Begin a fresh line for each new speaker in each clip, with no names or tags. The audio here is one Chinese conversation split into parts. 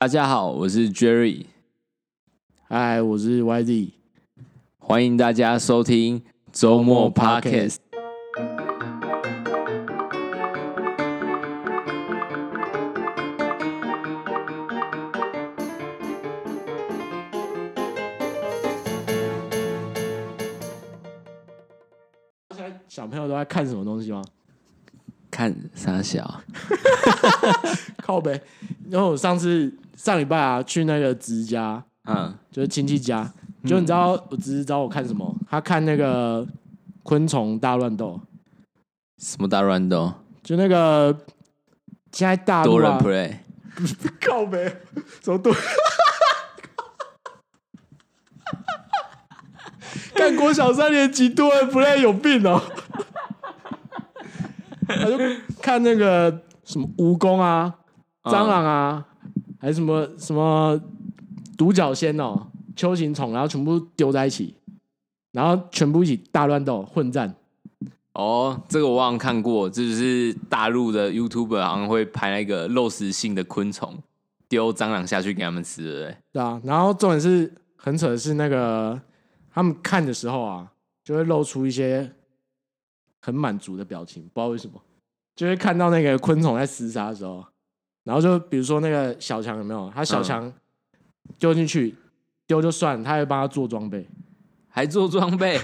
大家好，我是 Jerry，
嗨，哎我是 YZ。
欢迎大家收听周末 Podcast。
现在小朋友都在看什么东西吗？
看傻小，
靠呗。然后我上次上礼拜啊，去那个侄家，
嗯，
就是亲戚家，就你知道我侄子找我看什么？他看那个昆虫大乱斗，
什么大乱斗，
就那个现在大陆
多人
啊，
play，
靠呗，什么多？ 干国小三年级多人 play 有病哦！他就看那个什么蜈蚣啊、
嗯
蟑螂啊，还有什么什么独角仙哦、球形虫，然后全部丢在一起，然后全部一起大乱斗混战。
哦，这个我好像看过，这就是大陆的 YouTuber 好像会拍那个肉食性的昆虫，丢蟑螂下去给他们吃，对不对？
对啊，然后重点是很扯的是那个他们看的时候啊，就会露出一些很满足的表情，不知道为什么，就会看到那个昆虫在厮杀的时候，然后就比如说那个小强有没有？他小强丢进去丢就算了，他还帮他做装备。
还做装 备？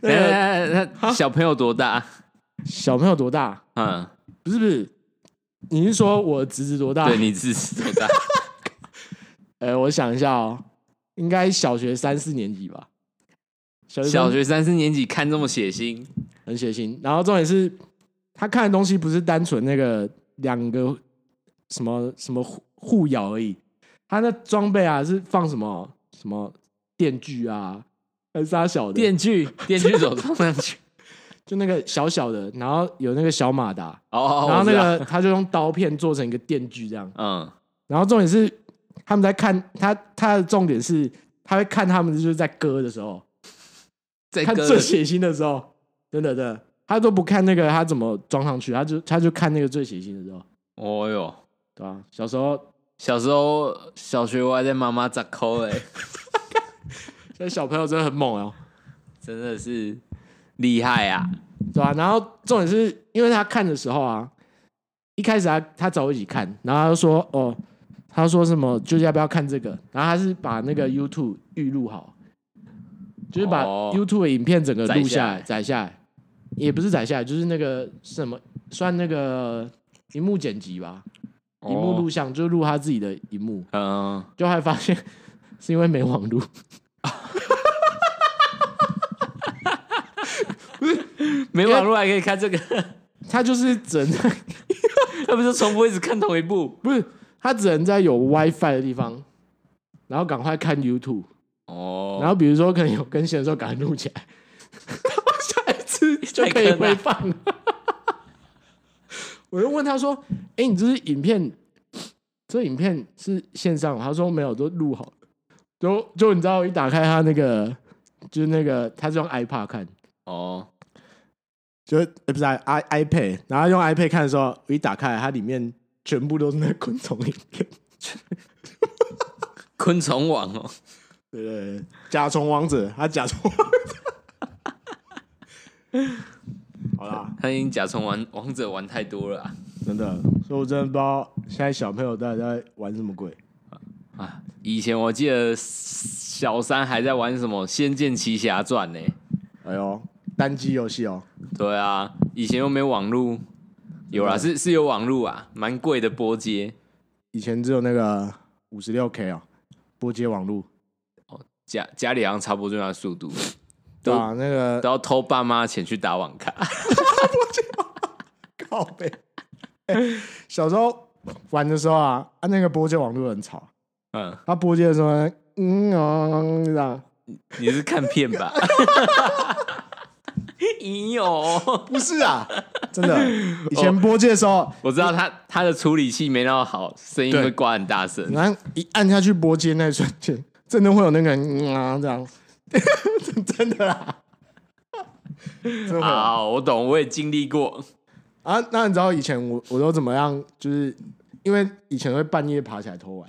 那
等一下
个
等一下等一下
哈啊
小朋友多大？
小朋友多大？
嗯，
不是不是，你是说我侄子多大？
对你自己多大？
呃，我想一下哦，应该小学三四年级吧。 小学三
小学三四年级看这么血腥，
很血腥。然后重点是，他看的东西不是单纯那个两个什么什么互互咬而已，他的装备啊是放什么什么电锯啊，很杀小的
电锯，电锯手撞上 去。
就那个小小的，然后有那个小马达，
哦，
然后那
我知
个
道，
他就用刀片做成一个电锯这样。
嗯，
然后重点是他们在看他他的重点是他会看他们就是在割的时候，
在
看
割
最
的
血腥的时候，真的真的，他都不看那个他怎么装上去，他就他就看那个最血腥的时候，
哦哟，
对吧、小时候，
小时候小学我还在妈妈砸扣哎，
现在小朋友真的很猛哦，
真的是厉害啊！
对吧、然后重点是因为他看的时候啊，一开始他他找我一起看，然后他就说哦，他说什么就是要不要看这个，然后他是把那个 YouTube 预录好，就是把
哦
YouTube 的影片整个
载
录
下
下
来
来，载下来，也不是载下来，就是那个什么算那个荧幕剪辑吧。
嗯
荧幕录像，就录他自己的荧幕，
哦，嗯，
就还发现 是因为没网路，
没嗯啊网络还可以看这个，
他就是只能在
他不是重复一直看同一部
不是他只能在有 WiFi 的地方，然后赶快看 YouTube，
哦，
然后比如说可能有更新的时候赶快录起来，然后下一次就可以啊
啊
回放 了。我就问他说：“哎、你这是影片，这影片是线上吗？”他说：“没有，都录好了。”就就你知道，我一打开他那个，就是那个，他是用 iPad 看。
哦，
就是、呃不是啊 i iPad，然后用 iPad 看的时候，我一打开它里面全部都是那昆虫影片，
昆虫网哦，
对对对，甲虫王者，他甲虫王者，好啦，
他已经甲虫王王者玩太多了啊
真的，所以我真的不知道现在小朋友到底在玩什么鬼。
啊！以前我记得小三还在玩什么《仙剑奇侠传》呢，
哎呦，单机游戏哦，
对啊，以前又没网络，有啦，是是有网络啊，蛮贵的波接。
以前只有那个五十六 K 哦，波接网路，
家家里好像差不多就那速度，
对
都
吧、那个
都要偷爸妈钱去打网咖。
靠背、哎 小时候玩的时候啊，啊那个波接网路很吵，
嗯，
他播接的时候呢，嗯哦，这样
你是看片 吧？你有，
不是啊，真的，以前播接的时候，
我知道他他的处理器没那么好，声音
对
会刮很大声。
然后一按下去播接那一瞬间，真的会有那个嗯啊这样， 真的啦，真的会有
好，我懂，我也经历过。
啊。那你知道以前我我都怎么样？就是因为以前会半夜爬起来偷玩，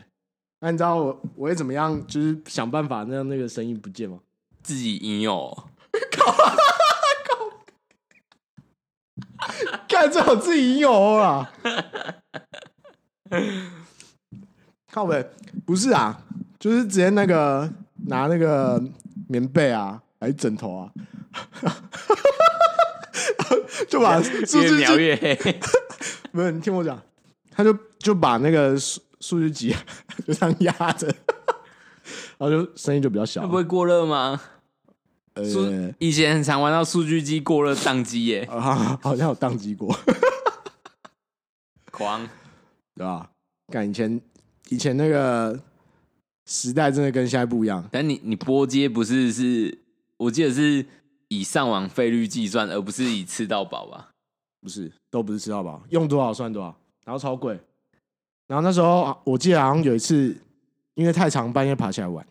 那你知道我我会怎么样？就是想办法让那个声音不见吗？
自己哦引诱，
干这我自己有 啦。靠北不是啊，就是直接那个拿那个棉被啊，还是枕头啊， 就把数
越
据
描
机
越黑。
不是你听我讲，他就就把那个数数据机啊 就这样压着，然后就声音就比较小
会不。会过热吗？
呃
数以前很常玩到数据机过热宕机耶，
啊，好像有宕机过。
狂
对吧？干以前以前那个时代真的跟现在不一样，
但你你拨接不是是，我记得是以上网费率计算，而不是以吃到饱吧？
不是都不是吃到饱，用多少算多少，然后超贵。然后那时候啊我记得好像有一次，因为太长半夜爬起来玩，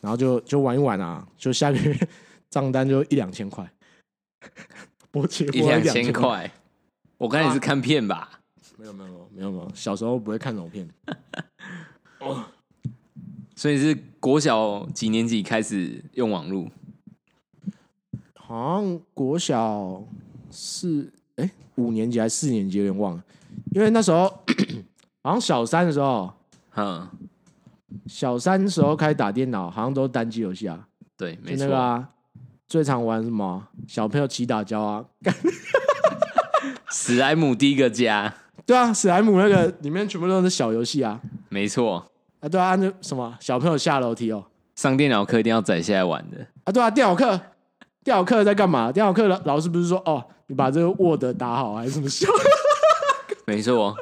然后就就玩一玩啊，就下个月 账单就一两千块， 我结
一
过
两
千
千，块，我看你是看片吧？
没有没有没有没有没有，小时候不会看这种片，
所以是国小几年级开始用网络？
好像国小四哎、五年级还是四年级有点忘了，因为那时候 好像小三的时候，
嗯，
小三时候开始打电脑，好像都是单机游戏啊，
对，
就
没
那
错，
个啊，最常玩什么小朋友起打跤啊，
史莱姆第一个家，
对啊，史莱姆那个里面全部都是小游戏啊，
没错，
啊对啊，那什么小朋友下楼梯哦，
上电脑课一定要载下来玩的。
啊对啊，电脑课。电脑课在干嘛？电脑课老老师不是说哦，你把这个 Word 打好还是什么笑？
没错，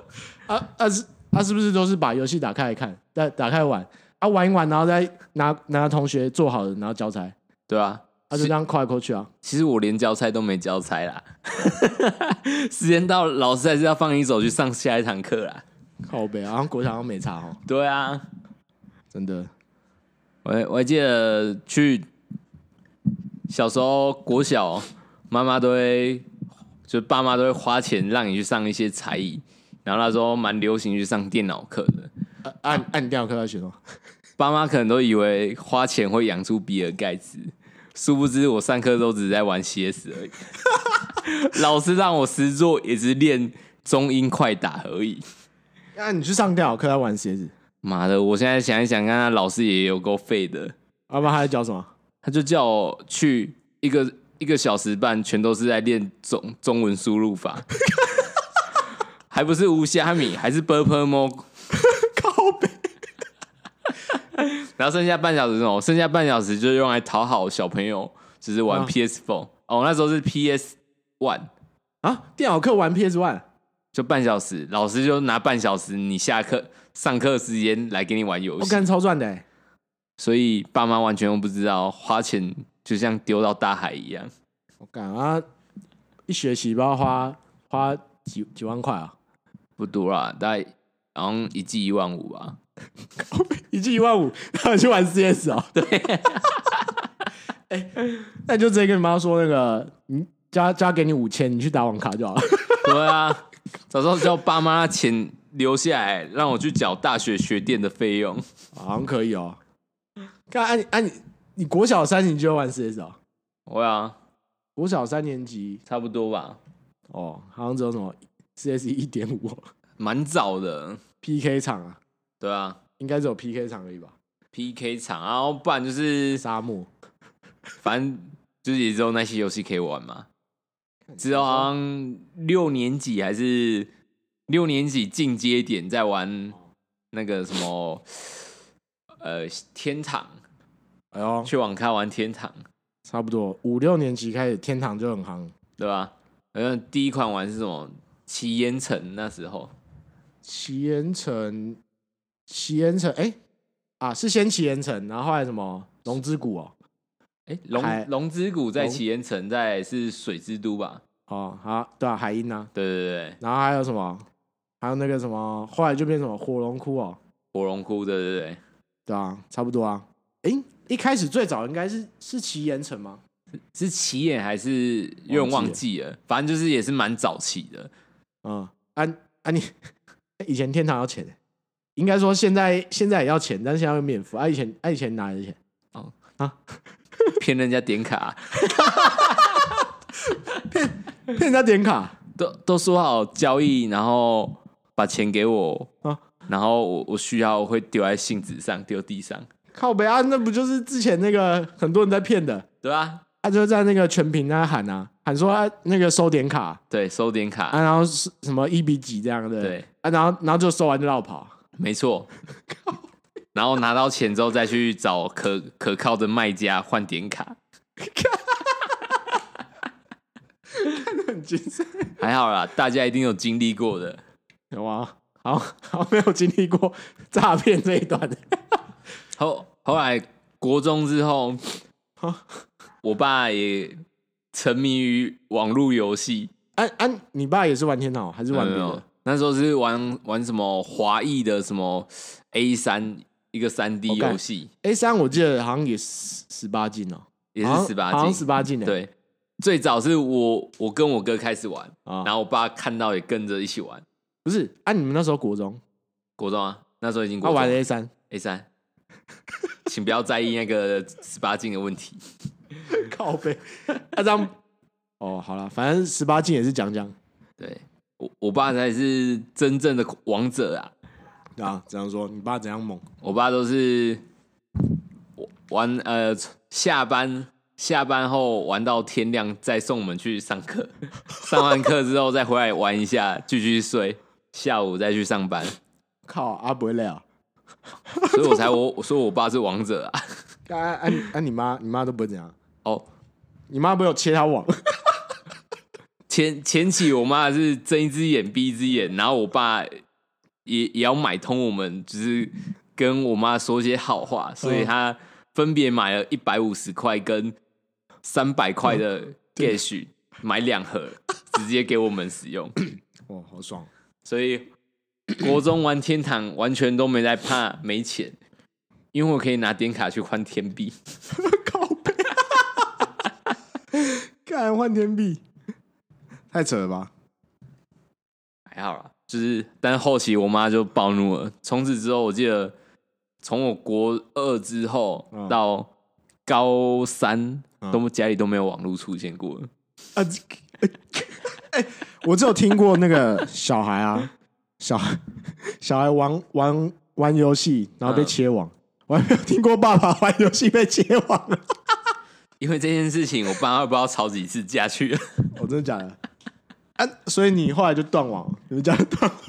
啊啊是啊是不是都是把游戏打开来看，再打开玩啊玩一玩，然后再拿拿同学做好的，然后交差，
对啊，
啊就这样跨来跨去啊。
其实我连交差都没交差啦， 时间到，老师还是要放你走去上下一堂课啦。
靠背，好像国小好像没差哦，
对啊，
真的。
我还我还记得去小时候国小，妈妈都会就爸妈都会花钱让你去上一些才艺，然后那时候蛮流行去上电脑课的，
啊按按电脑课要学什么？
爸妈可能都以为花钱会养出比尔盖茨，殊不知我上课都只是在玩 CS 而已。老师让我实做，也是练中英快打而已。
啊，你去上电脑课在玩鞋子，
妈的，我现在想一想，看他老师也有够废的，
要、啊不然他在教什么？
他就叫我去一个一个小时半，全都是在练中中文输入法，还不是无虾米，还是 Burper Mo，
靠背。
然后剩下半小时是什么？剩下半小时就用来讨好小朋友，就是玩
啊
PS Four、哦，那时候是 PS One，
啊，电脑课玩 PS One，
就半小时，老师就拿半小时你下课上课时间来给你玩游
我
戏
干，超赚的、欸。
所以爸妈完全都不知道花钱就像丢到大海一样。
我干啊，一学期不知道花花几几万块啊？
不多啦，大概好像一季一万五吧。
一季一万五，然后你去玩 CS 哦。对， 哎、那你就直接跟你妈说那个，你加加给你五千，你去打网咖就好了。
对啊，早知道叫爸妈钱留下来，让我去缴大学学店的费用。
好像可以哦。看，按、啊、按、你你国小三年级就玩 CS 哦，
我啊，
国小三年级
差不多吧，
哦，好像只有什么 CS 一点五
蛮早的。
PK 场啊，
对啊
应该只有 PK 场而已吧？
，PK 场，啊然后不然就是
沙漠，
反正就是也只有那些游戏可以玩嘛。只有好像六年级还是六年级进阶点在玩那个什么呃天堂，
哎呦，
去网咖玩天堂。
差不多五六年级开始，天堂就很夯。
对吧？好像第一款玩是什么？奇岩城那时候，
齐岩城，齐岩城，哎、啊，是先齐岩城，然后后来什么龙之谷哦，
哎、
海
龙龙之谷在
龙
奇岩城，在是水之都吧？
哦，好、对啊，海鹰啊，
对对对对，
然后还有什么，还有那个什么，后来就变什么火龙窟哦，
火龙窟，对对对，
对啊，差不多啊。哎、一开始最早应该是是齐岩城吗？
是奇岩还是有点忘记了？反正就是也是蛮早期的。
嗯，啊啊你以前天堂要钱，应该说现在现在也要钱，但是现在会免付。啊，以前啊以前哪来的钱？
骗人家点卡，
骗人家点卡
都都说好交易，然后把钱给我，
啊，
然后我我需要我会丢在信纸上，丢地上，
靠北啊，那不就是之前那个很多人在骗的？
对啊，
他、就在那个全屏那喊啊，喊说啊那个收点卡
对，收点卡，
啊，然后是什么一比几这样的，
对
啊，然后然后就收完就绕跑，
没错。然后拿到钱之后再去找可可靠的卖家换点卡，
很精神
还好啦，大家一定有经历过的。
哇，好 好没有经历过诈骗这一段，
后后来国中之 后，我爸也沉迷于网络游戏，
安、安、啊你爸也是玩天堂还是玩别
没有
的？
那时候是玩玩什么华裔的什么 A 三一个三 D
我哦干
游戏，
A 三我记得好像也十十八禁哦，
也
好
是
像
十八
好像
禁，
十八禁的，
对，最早是我我跟我哥开始玩，
啊
然，后我爸看到也跟着一起玩。
不是啊，你们那时候国中，
国中啊，那时候已经国
他、
中
玩 A 三，
A 三，请不要在意那个十八禁的问题。
靠背，那、啊、这样哦，好了，反正十八禁也是讲讲
对我，我爸才是真正的王者啊！
啊，怎样说？你爸怎样猛？
我爸都是玩呃下班下班后玩到天亮，再送我们去上课，上完课之后再回来玩一下，继续睡，下午再去上班，
靠，啊不会累啊？
所以我才我我说我爸是王者啊！
啊啊啊！啊你妈，你妈都不会怎样？
哦，
你妈不会有切他 网？
前前期我妈是睁一只眼闭一只眼，然后我爸也也要买通我们，就是跟我妈说些好话，所以他分别买了一百五十块跟三百块的 Gash，买两盒，直接给我们使用。
哦，好爽！
所以国中玩天堂完全都没在怕没钱，因为我可以拿点卡去换天币。
靠背，干换天币，太扯了吧？
还好啦，就是，但是后期我妈就暴怒了。从此之后，我记得从我国二之后
嗯
到高三，
嗯
都家里都没有网络出现过了。
啊， 这哎、我只有听过那个小孩啊， 小孩小孩玩玩玩游戏，然后被
嗯
切网。我还没有听过爸爸玩游戏被切网的，
因为这件事情，我爸妈不知道吵几次架去了。
我、哦真的假的？啊，所以你后来就断网，你们家就断网，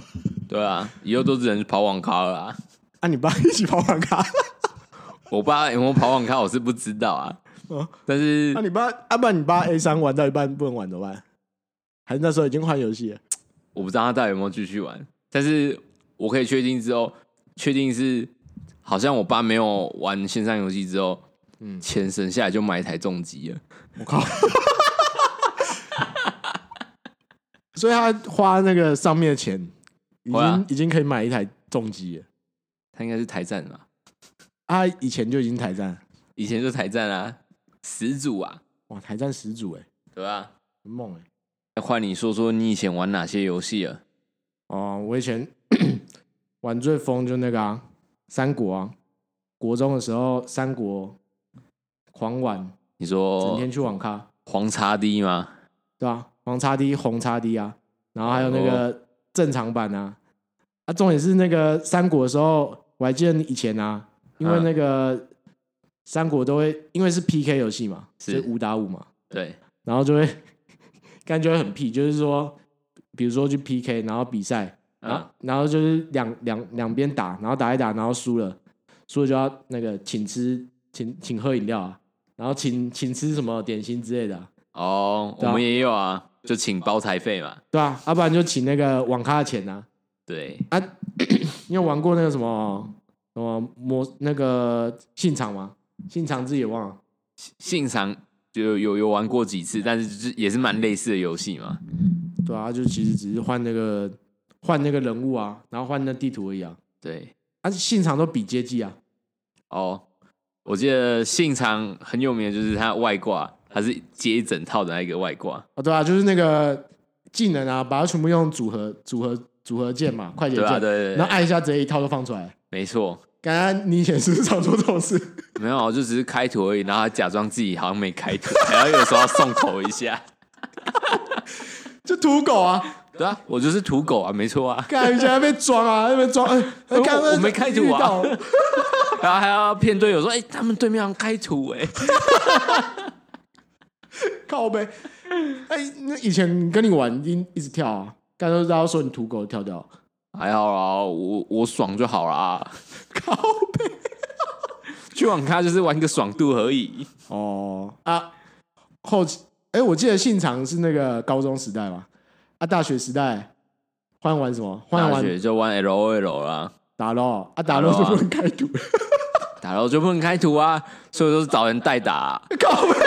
对啊，以后都只能跑网咖了啦。
啊，你爸一起跑网 咖，
我爸有没有跑网咖，我是不知道啊。
哦
但是
啊，你爸，啊，不然你爸 A 三玩到一半不能玩怎么办？还是那时候已经换游戏了？
我不知道他到底有没有继续玩。但是我可以确定之后，确定是好像我爸没有玩线上游戏之后，
嗯
钱省下来就买一台重机了。
我靠！所以他花那个上面的钱，已经、
花啊
已经可以买一台重机了。
他应该是台站吧？
他以前就已经台战，
以前就台站啊，始祖啊，
哇，台战始祖哎、
对吧？
很猛哎、
那换你说说你以前玩哪些游戏啊了？
哦，我以前 玩最疯就那个啊，三国啊，国中的时候三国狂玩，
你
整
说
天去网咖，
黄叉 D 吗？
对吧、黄叉 D、红叉 D 啊，然后还有那个正常版啊，啊，重点是那个三国的时候，我还记得以前啊，因为那个三国都会，因为是 PK 游戏嘛，
是
是五打五嘛，
对，
然后就会感觉很屁，就是说，比如说去 PK，然后比赛，然后
啊，
然后就是两两两边打，然后打一打，然后输了，输了就要那个请吃请请喝饮料啊，然后请请吃什么点心之类的啊、
哦，我
对啊
们也有啊，就请包台费嘛。
对啊，要、不然就请那个网咖的钱呐、
对，
你有玩过那个什么什么魔那个信场吗？信场自己也忘了。
信长就有有玩过几次，但是就是也是蛮类似的游戏嘛。
对啊，就其实只是换那个换那个人物啊，然后换那地图而已啊。
对，
啊，信场都比阶级啊。
哦，我记得信长很有名的就是它外挂，它是接一整套的那个外挂。
哦，对啊，就是那个技能啊，把它全部用组合组合组合键嘛，快捷
对啊，
键，
对对
然
对
后，按一下直接一套就放出来。
没错，
刚刚你以前是不是常做这种事？
没有，我就只是开图而已，然后他假装自己好像没开图，然后有时候要送头一下，
就土狗啊，
对啊，我就是土狗啊，没错啊，
干人家被装啊，那边装，哎、
哎我
刚刚
我没开图啊
遇到
然后还要骗队友说，哎、他们对面好像开图、哎，
靠呗。哎、那以前跟你玩一一直跳啊，刚刚大家说你土狗跳掉，
还好啦，我我爽就好啦，
靠呗。
去网咖就是玩个爽度而已，
哦啊，后期哎、我记得信长是那个高中时代嘛，啊，大学时代换玩什么？换
大
玩
学就玩 L O L 啦，
打咯，啊，打咯就
打咯啊
不能开 图，
打了就不能开图啊，所以我都是找人代打、
靠呗。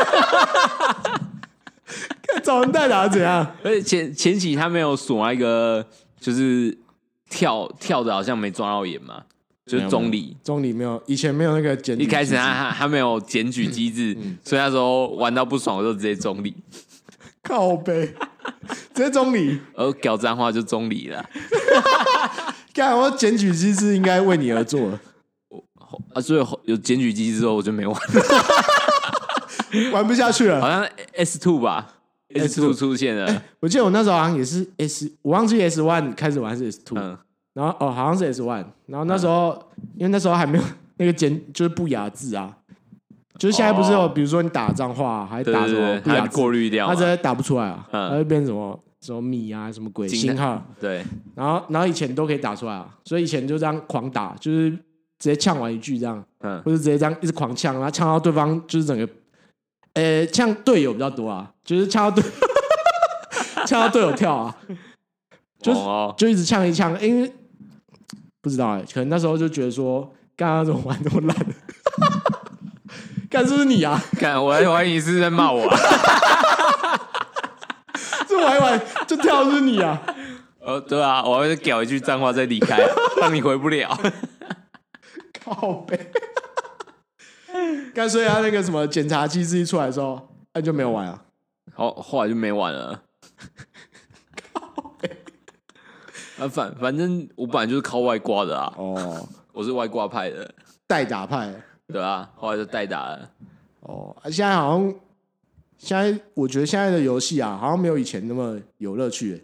看找人代打是怎样？
而且前前期他没有锁那个，就是跳跳的，好像没抓到眼嘛，就是中里。
中里没有，以前没有那个简。
一开始他他他没有检举机
嗯
制，所以那时候玩到不爽，我就直接中里，
靠背，直接中你。
而屌脏话就中里了
干，我检举机制应该为你而做了，
啊！所以后有检举机制之后，我就没玩，
玩不下去了。
好像 S two 吧，S two 出现了，
我记得我那时候好像也是 S，我忘记 S one 开始玩还是 S two，、
嗯，
然后哦好像是 S one，然后那时候、因为那时候还没有 那个简就是不雅字啊，就是现在不是有、
哦
比如说你打脏话、啊还
对
打
对
什么
对，
不雅
他
字，
过滤掉
他
嘛
直，接打不出来啊，
嗯
他就变什么什么米啊什么鬼
惊
星号，
对，
然后然后以前都可以打出来啊，所以以前就这样狂打，就是直接呛完一句这样。
嗯，
或者直接这样一直狂呛，然后呛到对方就是整个，呃，呛队友比较多啊，就是呛到对， 呛到队友跳啊，就是
哦，
就一直呛一呛，因为不知道哎、可能那时候就觉得说，刚刚怎么玩那么烂， 干是不是你啊？
看我还怀疑你是在骂我啊，
这玩一玩就跳是你啊？
呃，对啊，我还是屌一句脏话再离开，让你回不了。
靠背，干所以他那个什么检查机制一出来的时候，那就没有玩啊。
后后来就没玩了。啊，反反正我本来就是靠外挂的啊，
哦，
我是外挂派的，
代打派、
对啊，后来就代打了，
哦，啊现在好像现在我觉得现在的游戏啊，好像没有以前那么有乐趣欸，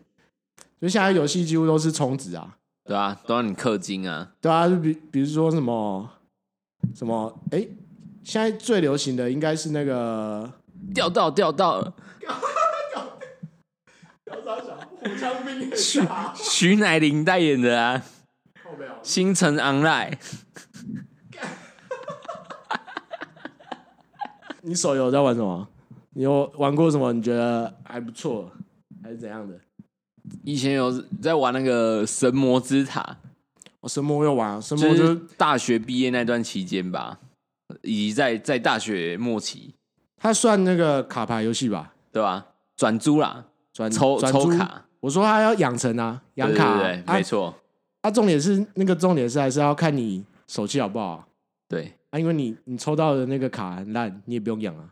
就现在游戏几乎都是充值啊，
对啊，都让你氪金啊，
对啊，就比比如说什么什么，哎、现在最流行的应该是那个
钓到钓到了，
火枪兵
徐徐乃麟代言的啊，星辰 online，
你手游在玩什么？你有玩过什么？你觉得还不错，还是怎样的？
以前有在玩那个神魔之塔，
我神魔又玩啊，神魔
就
就是
大学毕业那段期间吧，以及在在大学末期，
它算那个卡牌游戏吧，
对吧？转租啦，
转
抽
转
抽
租
卡，
我说他要养成啊，养
对
卡、啊，
对对，
啊
没错，
啊，重点是那个重点是还是要看你手气好不好啊，
对。
啊因为你你抽到的那个卡很烂，你也不用养啊。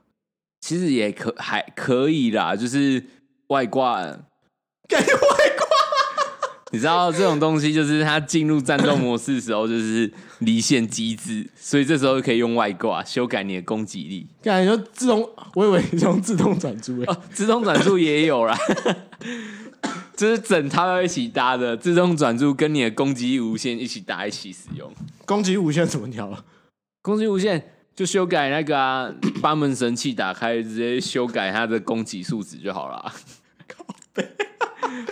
其实也可还可以啦，就是外挂，
感觉外挂
你知道这种东西，就是它进入战斗模式的时候，就是离线机制，所以这时候可以用外挂修改你的攻击力。
感觉就自动，我以为你是用自动转欸租诶、
哦，自动转速也有啦，就是整套要一起搭的，自动转速跟你的攻击力无限一起搭一起使用。
攻击无限怎么调啊？
攻击无限就修改那个啊，八门神器打开，直接修改它的攻击数值就好了。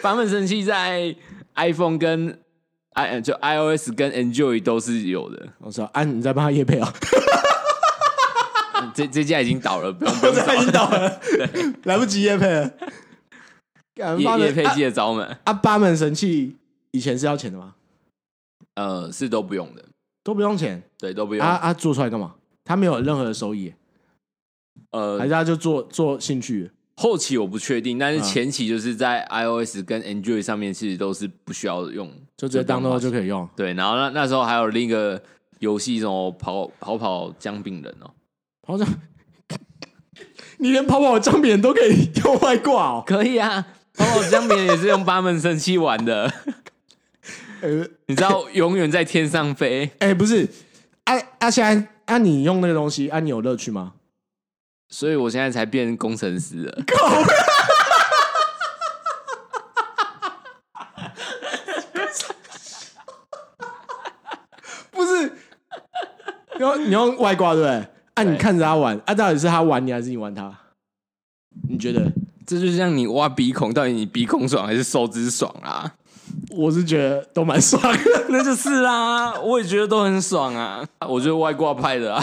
八门神器在 iPhone 跟 i 就 iOS 跟 Enjoy 都是有的，
我说啊，你在帮他夜配啊？
这这家已经倒了，不用不
我
用 找
在引导了，来不及夜配 了。干妈的
夜夜配
啊
记得找我们，
啊，八门神器以前是要钱的吗？
呃，是都不用的，
都不用钱，
对，都不用
啊，啊，做出来干嘛？他没有任何的收益欸、还
呃
是，他就做做兴趣？
后期我不确定，但是
啊
前期就是在 iOS 跟 Enjoy 上面其实都是不需要用，
就直接当 o 就可以用。
对，然后那那时候还有另一个游戏，什么跑跑跑姜饼人哦，
跑像 你连跑跑张扁都可 以用外挂哦，
可以啊，跑跑姜饼人也是用八门神器玩的，
呃，
你知道永远在天上飞。
哎、不是，啊啊，现在啊，你用那个东西，啊，你有乐趣吗？
所以我现在才变工程师了。
不是，你用你用外挂对不对？啊，你
对
看着他玩，啊，到底是他玩你还是你玩他？你觉得？
这就像你挖鼻孔，到底你鼻孔爽还是手指爽啊？
我是觉得都蛮爽的，
那就是啦，我也觉得都很爽啊。我觉得外挂派的啊。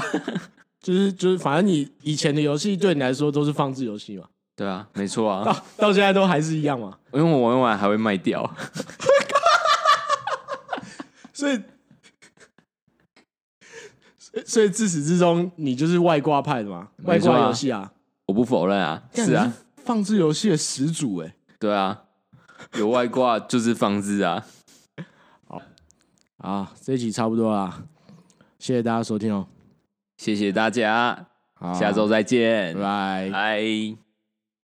就是就是，反正你以前的游戏对你来说都是放置游戏嘛，
对啊，没错啊，
到到现在都还是一样嘛，
因为我玩完还会卖掉。
所以。所以所以自始至终，你就是外挂派的嘛，外
没错啊
挂游戏啊，
我不否认啊，是
干，你
啊，
放置游戏的始祖哎、
对啊，有外挂就是放置啊。
啊，这一集差不多啦，谢谢大家收听哦，
谢谢大家，
好
下周再见，
拜拜。
拜。